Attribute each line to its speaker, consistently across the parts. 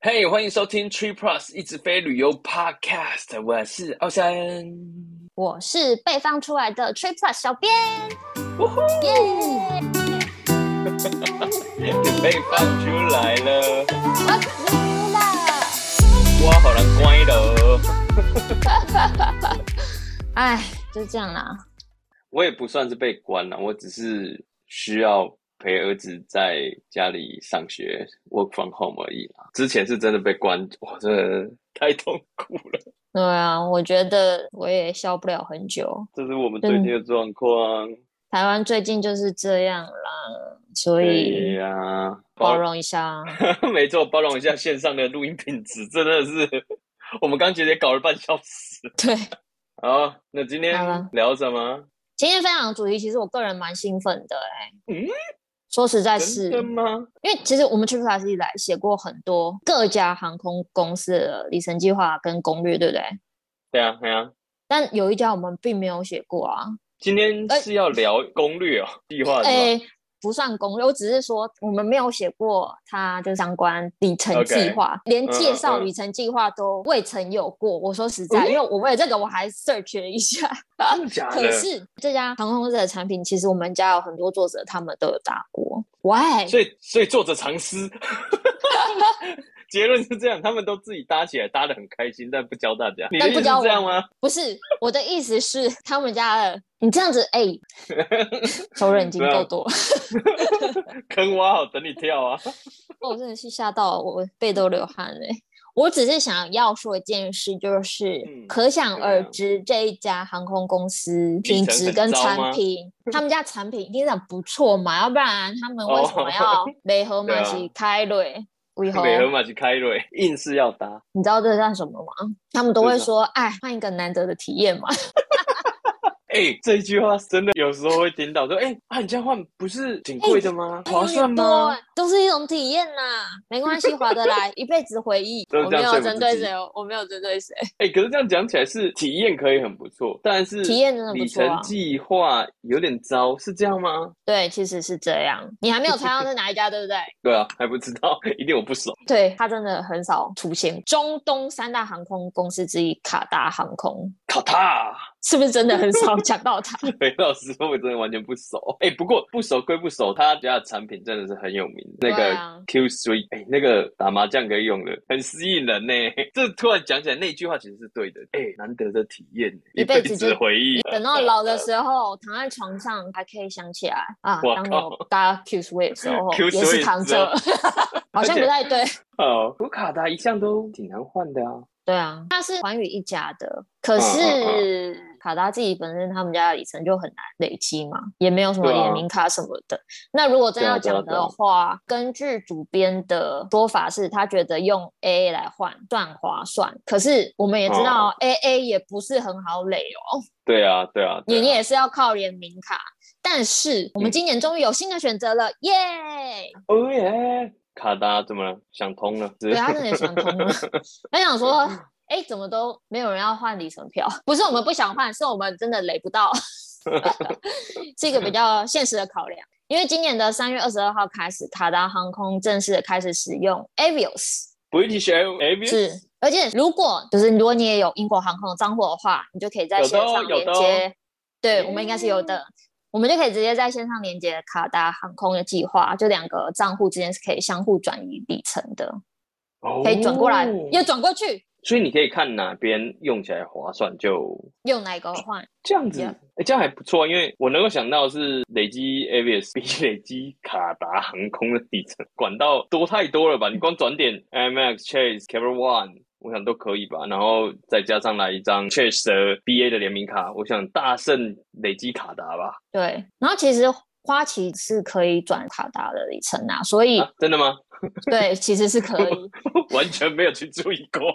Speaker 1: 嘿欢迎收听 Tree Plus 一直飞旅游 Podcast，我是奥山。
Speaker 2: 我是被放出来的 Trip Plus 小编，
Speaker 1: 呜呼，
Speaker 2: 耶、
Speaker 1: 被放出来了，
Speaker 2: 我哭了。
Speaker 1: 我好难关了。
Speaker 2: 哎，就这样啦。
Speaker 1: 我也不算是被关了，我只是需要陪儿子在家里上学 work from home 而已啦。之前是真的被关，我真的太痛苦了。
Speaker 2: 对啊，我觉得我也消不了很久。
Speaker 1: 这是我们最近的状况。
Speaker 2: 台湾最近就是这样啦，所
Speaker 1: 对哦
Speaker 2: 以
Speaker 1: 呀、
Speaker 2: 包
Speaker 1: 包
Speaker 2: 容一下。
Speaker 1: 没错，包容一下线上的录音品质，真的是我们刚姐姐搞了半小时。
Speaker 2: 对，
Speaker 1: 好，那今天
Speaker 2: 好啊了
Speaker 1: 聊什么？
Speaker 2: 今天分享的主题，其实我个人蛮兴奋的哎、
Speaker 1: 嗯
Speaker 2: 说实在
Speaker 1: 真
Speaker 2: 是，
Speaker 1: 的吗？
Speaker 2: 因为其实我们 Trip Plus 一直来写过很多各家航空公司的里程计划跟攻略，对不对？
Speaker 1: 对啊，对啊。
Speaker 2: 但有一家我们并没有写过啊，
Speaker 1: 今天是要聊攻略哦，
Speaker 2: 哎
Speaker 1: 计划是吧？
Speaker 2: 诶，不算攻略，我只是说我们没有写过它就相关里程计划连介绍
Speaker 1: 嗯嗯
Speaker 2: 里程计划都未曾有过。我说实在，
Speaker 1: 嗯
Speaker 2: 因为我为了这个我还 search 了 一下，
Speaker 1: 真的假的
Speaker 2: 可？是这家航空公司的产品，其实我们家有很多作者他们都有搭过。喂，
Speaker 1: 所以，所以作者藏私， 结论是这样，他们都自己搭起来，搭的很开心，但不教大家。你的
Speaker 2: 但
Speaker 1: 意
Speaker 2: 不
Speaker 1: 思是
Speaker 2: 教我
Speaker 1: 这样吗？
Speaker 2: 不是我的意思是他们家的，你这样子，哎、 仇人已经
Speaker 1: 啊
Speaker 2: 够多了，
Speaker 1: 坑挖好，等你跳啊！
Speaker 2: 哦我真的是吓到我我背都流汗嘞、我只是想要说一件事，就是、
Speaker 1: 嗯
Speaker 2: 可想
Speaker 1: 对
Speaker 2: 而
Speaker 1: 啊
Speaker 2: 知这一家航空公司品
Speaker 1: 程
Speaker 2: 质
Speaker 1: 很
Speaker 2: 跟
Speaker 1: 糟
Speaker 2: 产
Speaker 1: 吗
Speaker 2: 品， 他们家产品一定是很不错嘛，要不然他们为什
Speaker 1: 哦
Speaker 2: 么要美和
Speaker 1: 对
Speaker 2: 马
Speaker 1: 啊
Speaker 2: 西开瑞？为何
Speaker 1: 美和马去开瑞，硬是要搭，
Speaker 2: 你知道这算什么吗？他们都
Speaker 1: 这
Speaker 2: 会
Speaker 1: 是
Speaker 2: 说：“哎，换一个难得的体验嘛。
Speaker 1: 哎、这一句话真的有时候会听到，说，哎、啊，你这样换不是挺贵的
Speaker 2: 哎
Speaker 1: 吗？” 划算吗？？
Speaker 2: 都是一种体验呐，没关系，划得来，一辈子回忆。
Speaker 1: 都是
Speaker 2: 我
Speaker 1: 这
Speaker 2: 没
Speaker 1: 样
Speaker 2: 有
Speaker 1: 说服
Speaker 2: 针
Speaker 1: 自
Speaker 2: 对
Speaker 1: 己
Speaker 2: 谁哦，我没有针对谁，
Speaker 1: 哎、可是这样讲起来是体验可以很不错，但是
Speaker 2: 体验真的不
Speaker 1: 里
Speaker 2: 错啊
Speaker 1: 程。计划有点糟，是这样吗？
Speaker 2: 对，其实是这样。你还没有 猜到是哪一家，对不对？
Speaker 1: 对啊，还不知道， 一定我不熟。
Speaker 2: 对，它真的很少出现。中东三大航空公司之一卡达航空，
Speaker 1: 卡塔，
Speaker 2: 是不是真的很少 讲到它？
Speaker 1: 对，老实说，我真的完全不熟。哎、不过不熟归不熟，他家的产品真的是很有名。那
Speaker 2: 对
Speaker 1: 个
Speaker 2: 啊
Speaker 1: Q Three，哎、那个打麻将可以用的，很吸引人呢、 这突然讲起来，那句话其实是对的。哎、难得的体验，
Speaker 2: 一
Speaker 1: 一
Speaker 2: 辈
Speaker 1: 辈
Speaker 2: 子就
Speaker 1: 子回忆。
Speaker 2: 等到老
Speaker 1: 呃
Speaker 2: 的时候，躺在床上还可以想起来啊，
Speaker 1: 哇
Speaker 2: 当年
Speaker 1: 靠
Speaker 2: 我搭 Q Sway 的时候
Speaker 1: Q
Speaker 2: 也
Speaker 1: Switch
Speaker 2: 是躺
Speaker 1: 之后
Speaker 2: 着， 好像不太对。
Speaker 1: 哦，我卡达一向都挺难换的啊。
Speaker 2: 对啊，它是寰宇一家的，可
Speaker 1: 嗯
Speaker 2: 是卡达自己本身他们家的里程就很难累积嘛，也没有什么
Speaker 1: 对啊
Speaker 2: 联名卡什么的。那如果真
Speaker 1: 对啊
Speaker 2: 要
Speaker 1: 对啊
Speaker 2: 讲
Speaker 1: 对啊
Speaker 2: 的话，根据主编的说法是，他觉得用 AA 来换算划算，可是我们也知
Speaker 1: 哦
Speaker 2: 道 AA 也不是很好累哦，
Speaker 1: 对啊，对啊，对
Speaker 2: 你
Speaker 1: 啊嗯
Speaker 2: 你也是要靠联名卡。但是我们今年终于有新的选择了，耶！
Speaker 1: 哦耶！卡达怎么了？想通了，是
Speaker 2: 对啊他真的也想通了，他想说，哎、怎么都没有人要换里程票？ 不是我们不想换，是我们真的累不到， 是一个比较现实的考量。因为今年的三月二十二号开始，卡达航空正式地开始使用 Avios，
Speaker 1: British Airways
Speaker 2: 是，而且如果就是如果你也有英国航空的账户的话，你就可以在
Speaker 1: 有
Speaker 2: 线
Speaker 1: 的哦
Speaker 2: 上
Speaker 1: 有
Speaker 2: 连
Speaker 1: 的哦
Speaker 2: 接，对我们应该是有的，我们就可以直接在线上连接卡达航空的计划，就两个账户之间是可以相互转移里程的。可以转过来，
Speaker 1: 哦
Speaker 2: 又转过去，
Speaker 1: 所以你可以看哪边用起来划算就。
Speaker 2: 用哪个换？
Speaker 1: 这样子
Speaker 2: Yeah
Speaker 1: 诶这样还不错，因为我能够想到是累积 Avias 比累积卡达航空的里程管道多太多了吧？你光转点 MX Chase Capital One，我想都可以吧。然后再加上来一张 Chase 的 BA 的联名卡，我想大胜累积卡达吧？
Speaker 2: 对，然后其实花旗是可以转卡达的里程啊，所以、
Speaker 1: 啊，真的吗？
Speaker 2: 对，其实是可以。
Speaker 1: 完全没有去注意过。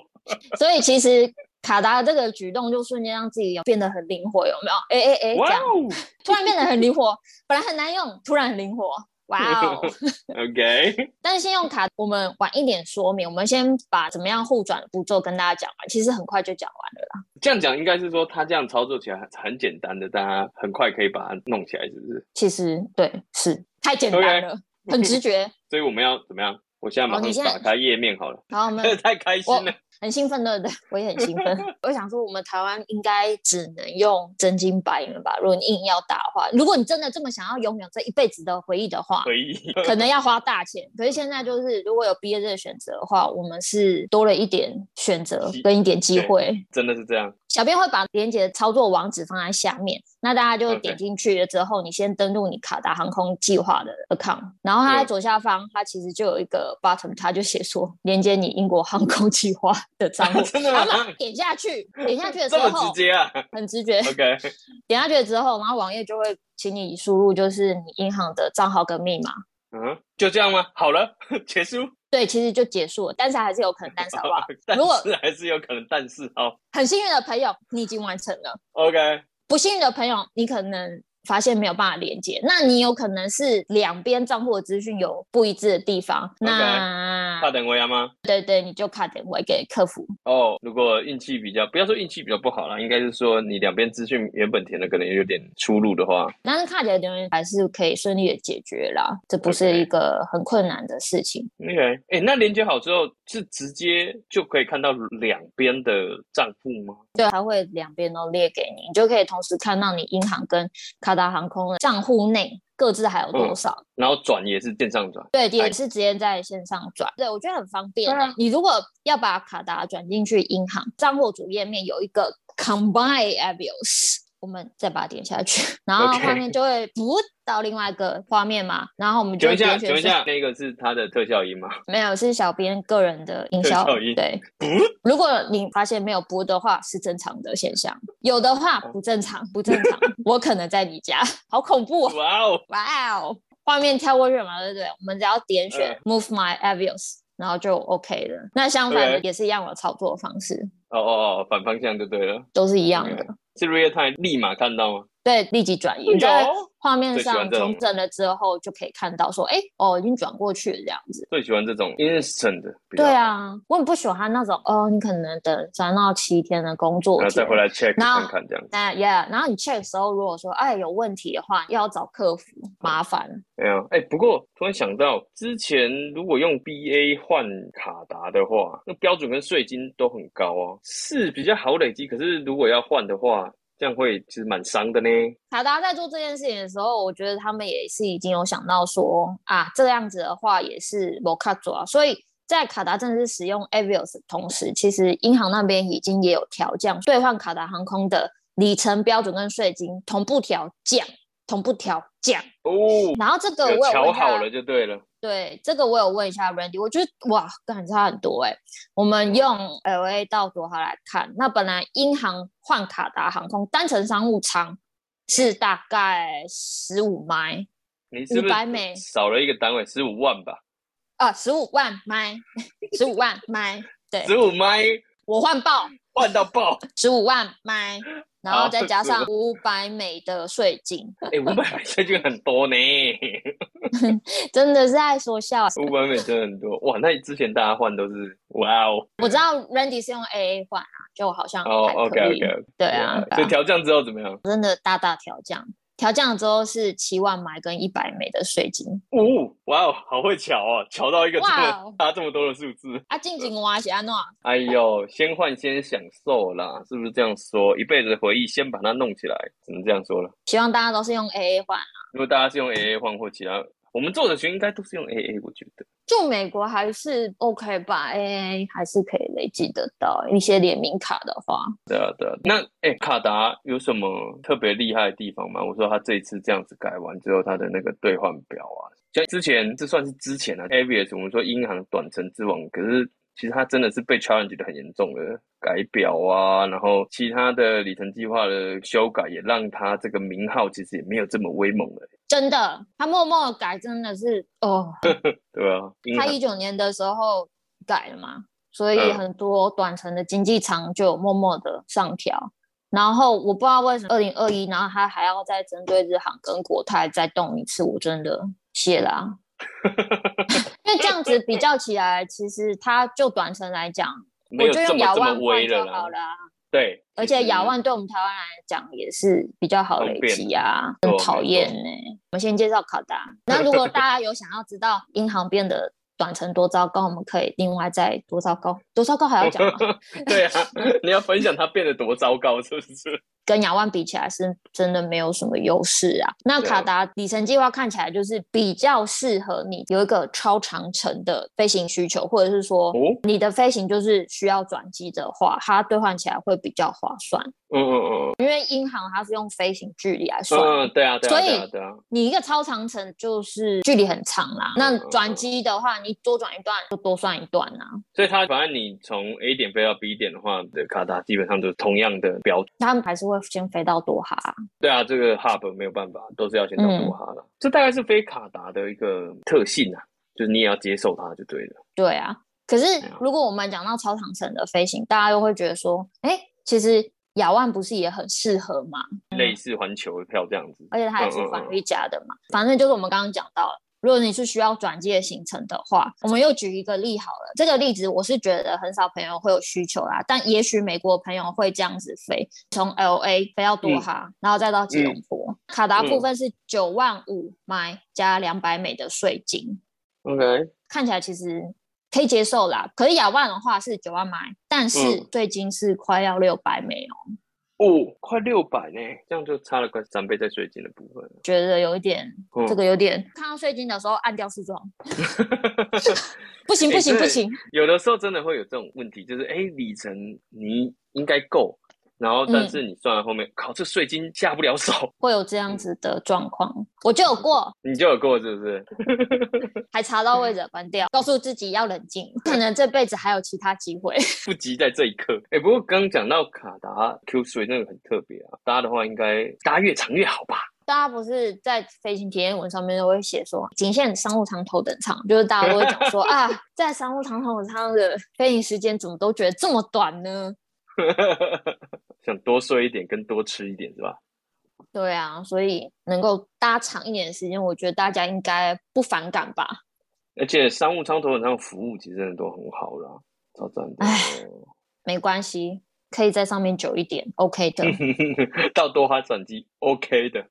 Speaker 2: 所以其实卡达的这个举动，就瞬间让自己有变得很灵活，有没有？哎哎哎，这
Speaker 1: 哇
Speaker 2: 样
Speaker 1: 哦
Speaker 2: 突然变得很灵活，本来很难用，突然很 灵活，哇哦！
Speaker 1: ，OK，
Speaker 2: 但是先用卡，我们晚一点说明，我们先把怎么样互转的步骤跟大家讲完，其实很快就讲完了啦。
Speaker 1: 这样讲应该是说他这样操作起来很很简单的，大家很快可以把它弄起来，是不是？
Speaker 2: 其实对，是太简单
Speaker 1: OK
Speaker 2: 了很直觉。
Speaker 1: 所以我们要怎么样？我我现在马
Speaker 2: 哦你
Speaker 1: 上
Speaker 2: 现
Speaker 1: 打
Speaker 2: 在嗯
Speaker 1: 开页面好了，
Speaker 2: 然 后我们
Speaker 1: 太开心了。
Speaker 2: 很兴奋，对不对？ 我也很兴奋。我想说，我们台湾应该只能用真金白银了吧？如果你硬要打的话，如果你真的这么想要拥有这一辈子的回忆的话，
Speaker 1: 回忆，
Speaker 2: 可能要花大钱。可是现在就是，如果有毕业这个选择的话，我们是多了一点选择
Speaker 1: 机
Speaker 2: 跟一点机会。
Speaker 1: 真的是这样。
Speaker 2: 小编会把连接操作网址放在下面，那大家就
Speaker 1: OK
Speaker 2: 点进去了之后你先登录你卡达航空计划的 account，然后它在
Speaker 1: 嗯
Speaker 2: 左下方，它其实就有一个 button，它就写说连接你英国航空计划的账户，
Speaker 1: 真的吗
Speaker 2: 然后马上点下去，点下去的时
Speaker 1: 这么直
Speaker 2: 候
Speaker 1: 接 啊
Speaker 2: 很直觉，
Speaker 1: ？OK，
Speaker 2: 点下去了之后，然后网页就会请你输入就是你银行的账号跟密码，
Speaker 1: 嗯，就这样吗？好了， 结束。
Speaker 2: 对，其实就结束了，但是还是有可能单少 吧。
Speaker 1: 但
Speaker 2: 如果
Speaker 1: 是还是有可能，但是好
Speaker 2: 很幸运的朋友，你已经完成了。
Speaker 1: ，OK，
Speaker 2: 不幸运的朋友，你可能发现没有办法连接，那你有可能是两边账户的资讯有不一致的地方，那
Speaker 1: 怕等回来吗？
Speaker 2: 对对，你就卡点位给客服。
Speaker 1: 哦，如果运气比较，不要说运气比较不好啦，应该是说你两边资讯原本填的可能有点出入的话，
Speaker 2: 但是卡点留言还是可以顺利的解决啦，这不是
Speaker 1: OK
Speaker 2: 一个很困难的事情。
Speaker 1: 那个，哎，那连接好之后是直接就可以看到两边的账户吗？
Speaker 2: 对，它会两边都列给你，你就可以同时看到你银行跟卡达航空的账户内各自还有多
Speaker 1: 嗯
Speaker 2: 少。
Speaker 1: 然后转也是线上转，
Speaker 2: 对，
Speaker 1: 哎
Speaker 2: 也是直接在线上转。对，我觉得很方便
Speaker 1: 对
Speaker 2: 欸、
Speaker 1: 啊
Speaker 2: 你如果要把卡达转进去银行账户主页面，有一个 Combine Avios，我们再把它点下去，然后
Speaker 1: OK
Speaker 2: 画面就会浮到另外一个画面嘛。然后我们就
Speaker 1: 请问一下，
Speaker 2: 点
Speaker 1: 请问
Speaker 2: 选
Speaker 1: 一下，那个是它的特效 音吗？
Speaker 2: 没有，是小编个人的营
Speaker 1: 特
Speaker 2: 销。
Speaker 1: 效音
Speaker 2: 对，如果你发现没有播的话，是正常的现象；有的话
Speaker 1: 哦
Speaker 2: 不正常，不正常。我可能在你家，好恐怖哦！
Speaker 1: 哇哦，
Speaker 2: 哇哦，画面跳过去嘛，对不对？我们只要点选 Move My Avios，然后就 OK 了。那相反的
Speaker 1: OK
Speaker 2: 也是一样的操作方式，
Speaker 1: 哦哦哦，反方向就对了。
Speaker 2: 都是一样的
Speaker 1: OK。是 real time 立马看到吗？
Speaker 2: 对，立即转移
Speaker 1: 嗯有
Speaker 2: 在画面
Speaker 1: 最喜
Speaker 2: 上
Speaker 1: 欢这种
Speaker 2: 重整了之后，就可以看到说，哎，哦，已经转过去了这样子。
Speaker 1: 最喜欢这种 instant 的，比较
Speaker 2: 对，啊，我很不喜欢那种哦，你可能等三到七天的工作
Speaker 1: 然后
Speaker 2: 天
Speaker 1: 再回来 check
Speaker 2: 那
Speaker 1: 看看这样。
Speaker 2: 那 yeah，然后你 check 的时候，如果说哎有问题的话，要找客服，麻烦。
Speaker 1: 没有，哎，不过突然想到，之前如果用 BA 换卡达的话，那标准跟税金都很高哦，是比较好累积。可是如果要换的话，这样会其实蛮伤的呢。
Speaker 2: 卡达啊在做这件事情的时候，我觉得他们也是已经有想到说啊，这样子的话也是摩卡做啊，所以。在卡达正式使用 Avios 的同时，其实银行那边已经也有调降兑换卡达航空的里程标准跟税金同步调降，同步调降。
Speaker 1: 哦，
Speaker 2: 然后这个我
Speaker 1: 有
Speaker 2: 有
Speaker 1: 瞧
Speaker 2: 问他
Speaker 1: 好了就对了。
Speaker 2: 对，这个我有问一下 Randy，我觉得哇，感差很多哎、我们用 LA 到多哈来看，那本来英航换卡达航空单程商务舱是大概十五迈
Speaker 1: 你是不
Speaker 2: 500美
Speaker 1: 是少了一个单位，十五万吧？
Speaker 2: 啊，十五万迈，十五万迈，对
Speaker 1: 十五麦
Speaker 2: 我换报
Speaker 1: 换到爆！
Speaker 2: 十五万迈，然后
Speaker 1: 好
Speaker 2: 再加上
Speaker 1: 15
Speaker 2: 五百美的税金，
Speaker 1: 哎，五百美这就很多呢，
Speaker 2: 真的是在说笑。欸
Speaker 1: 五百美真的很多哇！那之前大家换都是哇哦
Speaker 2: 我知道 Randy 是用 AA 换啊，就好像
Speaker 1: 哦
Speaker 2: 还可以，
Speaker 1: ，OK OK，
Speaker 2: 对啊，对
Speaker 1: 所
Speaker 2: 啊
Speaker 1: 以调降之后怎么样？
Speaker 2: 真的大大调降，调降了之后是七万买跟一百枚的税金
Speaker 1: 哦，哇哦，好会巧哦，巧到一个这
Speaker 2: 哇哦
Speaker 1: 么差这么多的数字。
Speaker 2: 啊，近景哇是安诺，
Speaker 1: 哎呦，先换先享受啦，是不是这样说？一辈子的回忆先把它弄起来，只能这样说了。
Speaker 2: 希望大家都是用 AA 换啊。
Speaker 1: 如果大家是用 AA 换或其他，我们作者群应该都是用 AA，我觉得。
Speaker 2: 就美国还是 OK 吧，AA 还是可以累积得到一些联名卡的话，
Speaker 1: 对啊，对啊。那哎、卡达有什么特别厉害的地方吗？我说他这一次这样子改完之后，他的那个兑换表啊，像之前这算是之前啊，Avias 我们说银行短程之王，可是其实他真的是被 challenge 的很严重的，改表啊，然后其他的里程计划的修改，也让他这个名号其实也没有这么威猛了，
Speaker 2: 真的，他默默地改真的是哦，
Speaker 1: 对吧、银
Speaker 2: 他
Speaker 1: 行
Speaker 2: 一九年的时候改了嘛，所以
Speaker 1: 嗯
Speaker 2: 很多短程的经济舱就默默的上调。然后我不知道为什么二零二一，然后他还要再针对日航跟国泰再动一次，我真的谢啦、因为这样子比较起来，其实它就短程来讲，
Speaker 1: 没
Speaker 2: 我
Speaker 1: 有
Speaker 2: 就
Speaker 1: 这
Speaker 2: 用
Speaker 1: 么
Speaker 2: 亚
Speaker 1: 这么
Speaker 2: 万换
Speaker 1: 威
Speaker 2: 就
Speaker 1: 了
Speaker 2: 好
Speaker 1: 啦。
Speaker 2: 了啊。
Speaker 1: 对，
Speaker 2: 而
Speaker 1: 其
Speaker 2: 且
Speaker 1: 实
Speaker 2: 亚万对我们台湾来讲也是比较好
Speaker 1: 方
Speaker 2: 累
Speaker 1: 便
Speaker 2: 积啊，
Speaker 1: 没
Speaker 2: 很
Speaker 1: 错
Speaker 2: 讨
Speaker 1: 没
Speaker 2: 厌欸
Speaker 1: 错
Speaker 2: 呢。我们先介绍考达，那如果大家有想要知道银行边的短程多糟糕，我们可以另外再多糟糕，多糟糕还要 讲吗？
Speaker 1: 对啊，你要分享它变得多糟糕，是不是？
Speaker 2: 跟亚万比起来是真的没有什么优势啊。那
Speaker 1: 对
Speaker 2: 卡达里程计划看起来就是比较适合你有一个超长程的飞行需求，或者是说
Speaker 1: 哦，
Speaker 2: 你的飞行就是需要转机的话，它兑换起来会比较划算。
Speaker 1: 嗯嗯嗯
Speaker 2: 因为银行它是用飞行距离来算，
Speaker 1: 嗯，对啊，对啊，
Speaker 2: 所以
Speaker 1: 对啊，对啊，
Speaker 2: 你一个超长程就是距离很长啦。
Speaker 1: 嗯
Speaker 2: 那转机的话，你多转一段就多算一段啊。
Speaker 1: 所以它反正你从 A 点飞到 B 点的话，的卡达基本上就是同样的标准。
Speaker 2: 他们还是会先飞到多哈啊，
Speaker 1: 对啊，这个 hub 没有办法，都是要先到
Speaker 2: 嗯
Speaker 1: 多哈了。这大概是飞卡达的一个特性啊，就是你也要接受它就对了。
Speaker 2: 对啊。可是
Speaker 1: 对啊
Speaker 2: 如果我们讲到超长程的飞行，大家又会觉得说，哎，其实亚万不是也很适合吗？
Speaker 1: 类似环球的票这样子，
Speaker 2: 而且它也是
Speaker 1: 嗯嗯
Speaker 2: 返
Speaker 1: 嗯
Speaker 2: 利加的嘛。反正就是我们刚刚讲到了，如果你是需要转机的行程的话，我们又举一个例好了。这个例子我是觉得很少朋友会有需求啦，但也许美国朋友会这样子飞，从 L A 飞到
Speaker 1: 嗯
Speaker 2: 多哈，然后再到吉隆坡。卡达部分是九万五买加两百美的税金，
Speaker 1: OK，
Speaker 2: 看起来其实。可以接受啦，可是亚万的话是九万买，但是
Speaker 1: 嗯
Speaker 2: 税金是快要六百美哦，
Speaker 1: 哦，快六百呢，这样就差了快三倍在税金的部分了。
Speaker 2: 觉得有一点，
Speaker 1: 嗯
Speaker 2: 这个有点看到税金的时候按掉 视窗，不行
Speaker 1: 欸
Speaker 2: 不行不
Speaker 1: 对
Speaker 2: 行，
Speaker 1: 有的时候真的会有这种问题，就是哎，里程你应该够，然后
Speaker 2: 嗯
Speaker 1: 但是你算到后面，靠，这税金下不了手，
Speaker 2: 会有这样子的状况，我就有过，
Speaker 1: 你就有过是不是？
Speaker 2: 还查到位置关掉，告诉自己要冷静，可能这辈子还有其他机会。
Speaker 1: 不急在这一刻。哎、不过刚刚讲到卡达 Q 水那个很特别啊，搭的话应该搭越长越好吧？
Speaker 2: 大家不是在飞行体验文上面都会写说，仅限商务舱头等舱，就是大家都会讲说 啊，在商务舱头等舱的飞行时间怎么都觉得这么短呢？
Speaker 1: 想多睡一点跟多吃一点是吧？
Speaker 2: 对啊，所以能够搭长一点的时间，我觉得大家应该不反感吧。
Speaker 1: 而且商务舱头等舱的服务其实真的都很好啦，超赞的。
Speaker 2: 没关系，可以在上面久一点，OK 的，
Speaker 1: 到多哈转机 OK 的，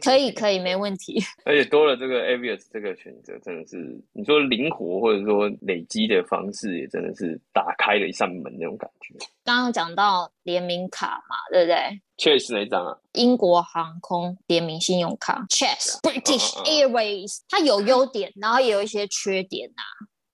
Speaker 2: 可以可以，没问题。
Speaker 1: 而且多了这个 Avios 这个选择，真的是你说灵活或者说累积的方式，也真的是打开了一扇门那种感觉。
Speaker 2: 刚刚讲到联名卡嘛，对不对？
Speaker 1: 确实那张啊，
Speaker 2: 英国航空联名信用卡 Chase British
Speaker 1: 嗯嗯
Speaker 2: Airways，它有优点，然后也有一些缺点呐、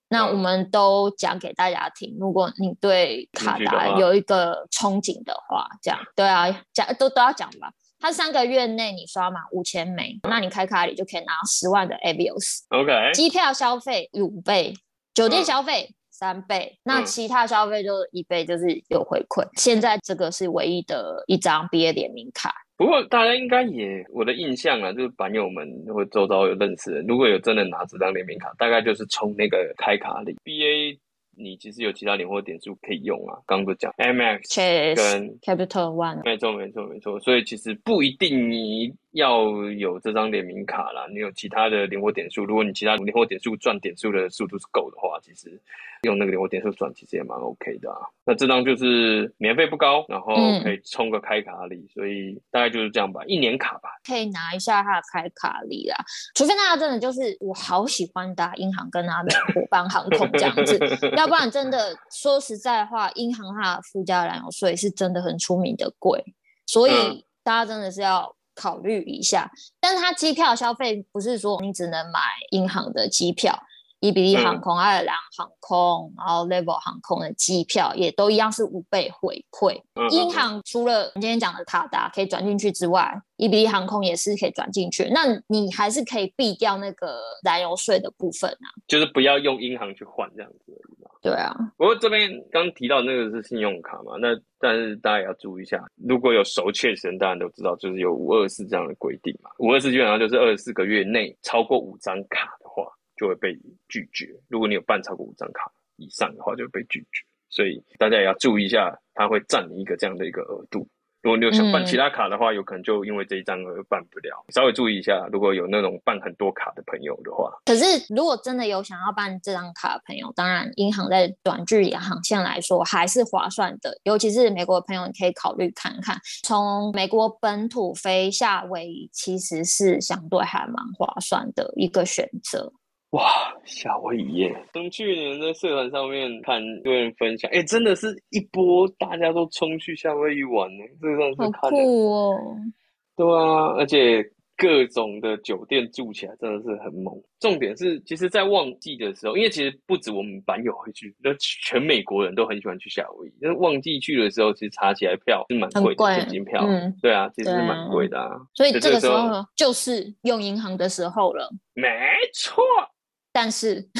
Speaker 2: 那
Speaker 1: 嗯
Speaker 2: 我们都讲给大家听，如果你对卡
Speaker 1: 兴趣的
Speaker 2: 达
Speaker 1: 话
Speaker 2: 有一个憧憬的话，这样对啊，讲都都要讲吧。它三个月内你刷满五千美，那你开卡里就可以拿十万的 Avios。
Speaker 1: OK，
Speaker 2: 机票消费五倍，酒店消费三倍，那
Speaker 1: 嗯
Speaker 2: 其他消费就是一倍，就是有回馈。现在这个是唯一的一张毕业联名卡，
Speaker 1: 不过大家应该也，我的印象啊，就是板友们或周遭有认识的人，如果有真的拿这张联名卡，大概就是充那个开卡礼。B A 你其实有其他年货点数可以用啊，刚刚都讲 M X
Speaker 2: Chase
Speaker 1: 跟。
Speaker 2: Capital One
Speaker 1: 没错，没错，没错。所以其实不一定你要有这张联名卡啦，你有其他的年货点数，如果你其他年货点数赚点数的速度是够的话，其实用那个年货点数赚其实也蛮 OK 的啊。那这张就是年费不高，然后
Speaker 2: 嗯
Speaker 1: 可以充个开卡礼，所以大概就是这样吧，一年卡吧。
Speaker 2: 可以拿一下它的开卡礼啦，除非大家真的就是我好喜欢搭银行跟它的伙伴航空这样 子，要不然真的说实在话，银行它的附加燃油税是真的很出名的贵，所
Speaker 1: 嗯
Speaker 2: 以大家真的是要考虑一下。但是它机票消费不是说你只能买银行的机票。伊比利
Speaker 1: 嗯
Speaker 2: 航空、爱尔兰航空，然后 Level 航空的机票也都一样是五倍回馈。
Speaker 1: 嗯
Speaker 2: 银行除了我们今天讲的卡达可以转进去之外，伊比利航空也是可以转进去。那你还是可以避掉那个燃油税的部分啊。
Speaker 1: 就是不要用银行去换这样子而已嘛。
Speaker 2: 对啊，
Speaker 1: 不过这边刚提到那个是信用卡嘛，那但是大家也要注意一下，如果有熟确实人，大家都知道，就是有五二四这样的规定嘛。五二四基本上就是二十四个月内超过五张卡的话，就会被拒绝。如果你有办超过五张卡以上的话，就会被拒绝。所以大家也要注意一下，它会占你一个这样的一个额度。如果你有想办
Speaker 2: 嗯
Speaker 1: 其他卡的话，有可能就因为这一张而办不了。稍微注意一下，如果有那种办很多卡的朋友的话，
Speaker 2: 可是如果真的有想要办这张卡的朋友，当然银行在短距离航线来说还是划算的，尤其是美国的朋友，你可以考虑看看。从美国本土飞夏威夷其实是相对还蛮划算的一个选择。
Speaker 1: 哇，夏威夷耶！从去年在社团上面看有人分享，哎、真的是一波大家都冲去夏威夷玩呢，这个算
Speaker 2: 好
Speaker 1: 是看的，
Speaker 2: 酷哦！
Speaker 1: 对啊，而且各种的酒店住起来真的是很猛。重点是，其实，在旺季的时候，因为其实不止我们班友会去，那全美国人都很喜欢去夏威夷。但是旺季去的时候，其实查起来票是蛮
Speaker 2: 很
Speaker 1: 贵
Speaker 2: 贵
Speaker 1: 的，现金票。
Speaker 2: 嗯
Speaker 1: 对啊，其实是
Speaker 2: 对啊
Speaker 1: 蛮贵的啊。
Speaker 2: 所以
Speaker 1: 所以
Speaker 2: 这
Speaker 1: 这
Speaker 2: 个
Speaker 1: 个
Speaker 2: 时
Speaker 1: 时
Speaker 2: 候就是用银行的时候了，
Speaker 1: 没错，
Speaker 2: 但是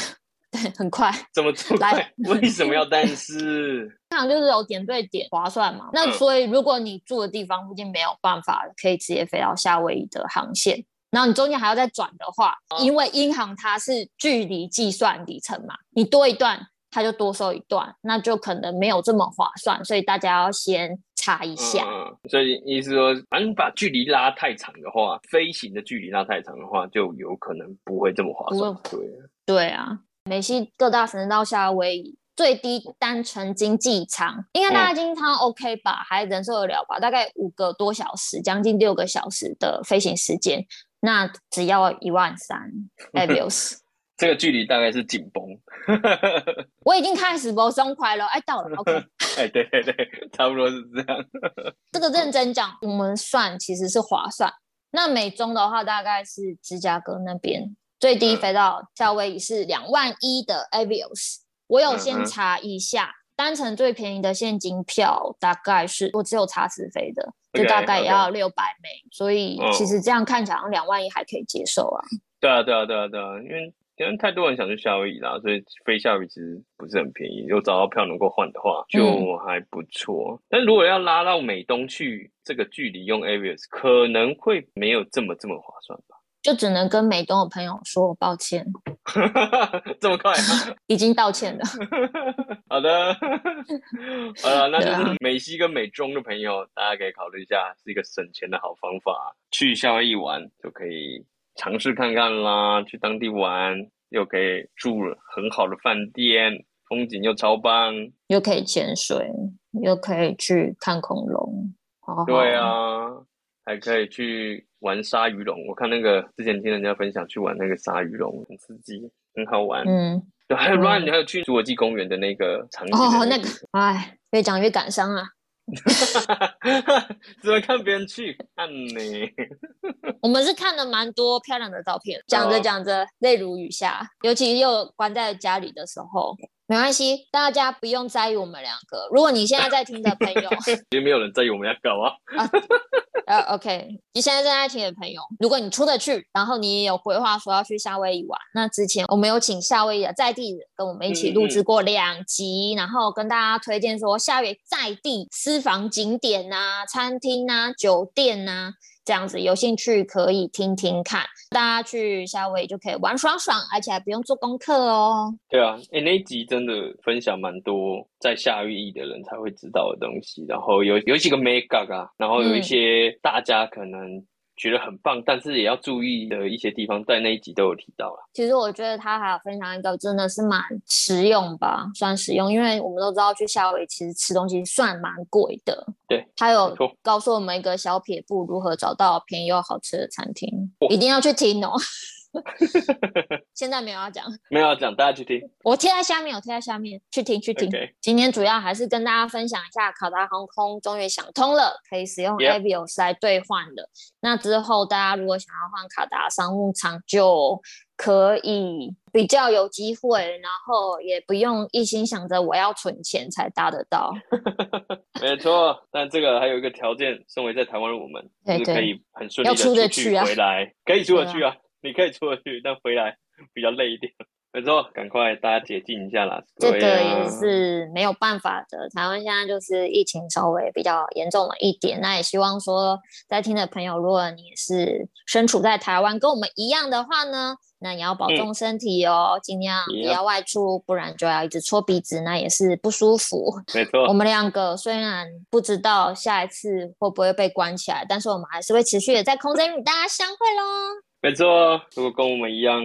Speaker 2: 对，很快。
Speaker 1: 怎么这么
Speaker 2: 来
Speaker 1: 快？ 为什么要但是？
Speaker 2: 通常就是有点对点划算嘛。那
Speaker 1: 嗯
Speaker 2: 所以如果你住的地方附近没有办法可以直接飞到夏威夷的航线，然后你中间还要再转的话，
Speaker 1: 嗯
Speaker 2: 因为银行它是距离计算里程嘛，你多一段它就多收一段，那就可能没有这么划算，所以大家要先查一下。
Speaker 1: 嗯，所以意思说，反正把距离拉太长的话，飞行的距离拉太长的话，就有可能不会这么划算。对，
Speaker 2: 对啊，美西各大城市到夏威夷。最低单程经济舱，应该大家经济舱 OK 吧，还忍受得了吧？大概五个多小时，将近六个小时的飞行时间，那只要一万 三 Avios。
Speaker 1: 这个距离大概是紧绷。
Speaker 2: 我已经开始不松快了，哎，到了 OK。
Speaker 1: 哎，对对对，差不多是这样。
Speaker 2: 这个认真讲，我们算其实是划算。那美中的话，大概是芝加哥那边最低
Speaker 1: 嗯
Speaker 2: 飞到夏威夷是两万一的 Avios，我有
Speaker 1: 嗯
Speaker 2: 先
Speaker 1: 嗯
Speaker 2: 查一下，单程最便宜的现金票大概是我只有查直飞的，就
Speaker 1: OK，
Speaker 2: 大概也
Speaker 1: OK
Speaker 2: 要六百美，所以
Speaker 1: 嗯
Speaker 2: 其实这样看起来好像两万一还可以接受啊。
Speaker 1: 对啊，对啊，对啊，对啊，因为因为太多人想去夏威夷啦，所以飞夏威夷其实不是很便宜。有找到票能够换的话，就还不错。但如果要拉到美东去，这个距离用 Avios 可能会没有这么这么划算
Speaker 2: 就只能跟美东的朋友说抱歉，
Speaker 1: 吧？ 这么快、啊？
Speaker 2: 已经道歉了。
Speaker 1: 好的，好了，那
Speaker 2: 对啊
Speaker 1: 就是美西跟美中的朋友，大家可以考虑一下，是一个省钱的好方法。去夏威夷玩就可以尝试看看啦，去当地玩又可以住很好的饭店，风景又超棒。
Speaker 2: 又可以潜水，又可以去看恐龙，好好
Speaker 1: 对啊，还可以去玩鲨鱼龙。我看那个之前听人家分享去玩那个鲨鱼龙，很刺激，很好玩。
Speaker 2: 嗯，
Speaker 1: 对，还有
Speaker 2: 嗯
Speaker 1: run，还有去侏罗纪公园的那个场景的
Speaker 2: 哦，
Speaker 1: 那
Speaker 2: 那个，哎，越讲越感伤啊。
Speaker 1: 只会看别人去看你。
Speaker 2: 我们是看了蛮多漂亮的照片，讲着
Speaker 1: 哦
Speaker 2: 讲着泪如雨下，尤其又关在家里的时候。没关系，大家不用在意我们两个。如果你现在在听的朋友，
Speaker 1: 其实没有人在意我们要搞啊。
Speaker 2: 呃，OK，你现在正在听的朋友，如果你出得去，然后你也有规划说要去夏威夷玩，那之前我们有请夏威夷的在地人跟我们一起录制过两集，然后跟大家推荐说夏威夷在地私房景点呐、餐厅呐、酒店呐、这样子，有兴趣可以听听看。大家去夏威夷就可以玩爽爽，而且还不用做功课哦。
Speaker 1: 对啊，哎、那一集真的分享蛮多在夏威夷的人才会知道的东西，然后有有几个 make up 啊，然后有一些大家可能觉得很棒，但是也要注意的一些地方，在那一集都有提到了。
Speaker 2: 其实我觉得他还有分享一个真的是蛮实用吧，算实用，因为我们都知道去夏威夷其实吃东西算蛮贵的。
Speaker 1: 对，
Speaker 2: 他有
Speaker 1: 没错
Speaker 2: 告诉我们一个小撇步，如何找到便宜又好吃的餐厅，一定要去 听哦。现在没有要讲，
Speaker 1: 没有要啊讲，大家去听。
Speaker 2: 我贴在下面，我贴在下面，去听去听。
Speaker 1: OK，
Speaker 2: 今天主要还是跟大家分享一下，卡达航空终于想通了，可以使用
Speaker 1: Yep
Speaker 2: Avios 来兑换了。那之后，大家如果想要换卡达商务舱，就可以比较有机会，然后也不用一心想着我要存钱才搭得到。
Speaker 1: 没错。但这个还有一个条件，身为在台湾的我们，
Speaker 2: 对
Speaker 1: 就是可
Speaker 2: 对
Speaker 1: 以很顺利的
Speaker 2: 要出得去
Speaker 1: 去
Speaker 2: 啊
Speaker 1: 回来，可以出得去啊， 你可以出得去，但回来比较累一点。 没错，赶快大家解禁一下啦。
Speaker 2: 这个
Speaker 1: 对啊
Speaker 2: 也是没有办法的。台湾现在就是疫情稍微比较严重了一点，那也希望说在听的朋友，如果你也是身处在台湾，跟我们一样的话呢，那也要保重身体哦，尽量不
Speaker 1: Yep
Speaker 2: 要外出，不然就要一直搓鼻子，那也是不舒服。
Speaker 1: 没错
Speaker 2: 我。们两个虽然不知道下一次会不会被关起来，但是我们还是会持续的在空中与大家相会喽。
Speaker 1: 没错，如果跟我们一样，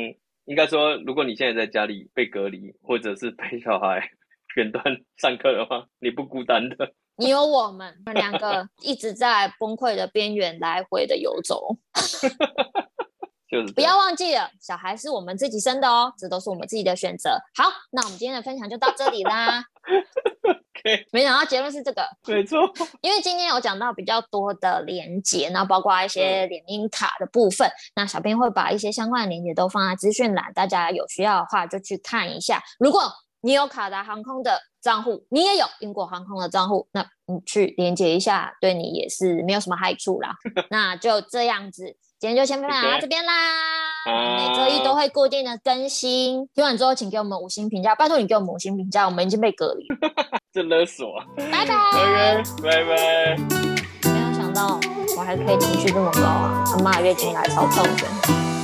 Speaker 1: 应该说，如果你现在在家里被隔离，或者是陪小孩 远端上课的话，你不孤单的。
Speaker 2: 你有我们，我们两个一直在崩溃的边缘来回的游走。
Speaker 1: 就是
Speaker 2: 不要忘记了，小孩是我们自己生的哦，这都是我们自己的选择。好，那我们今天的分享就到这里啦。
Speaker 1: OK，
Speaker 2: 没想到结论是这个，
Speaker 1: 没错，
Speaker 2: 因为今天有讲到比较多的连接，然后包括一些联名卡的部分，那小编会把一些相关的连接都放在资讯栏，大家有需要的话就去看一下。如果你有卡达航空的账户，你也有英国航空的账户，那你去连接一下，对你也是没有什么害处啦。那就这样子，今天就先分享到这边啦。每周一都会固定的更新，听完之后请给我们五星评价，拜托你给我们五星评价，我们已经被隔离了。
Speaker 1: 这勒索。
Speaker 2: 拜拜。
Speaker 1: OK，拜拜。
Speaker 2: 没有想到我还可以情绪这么高啊，他妈月经来超痛的。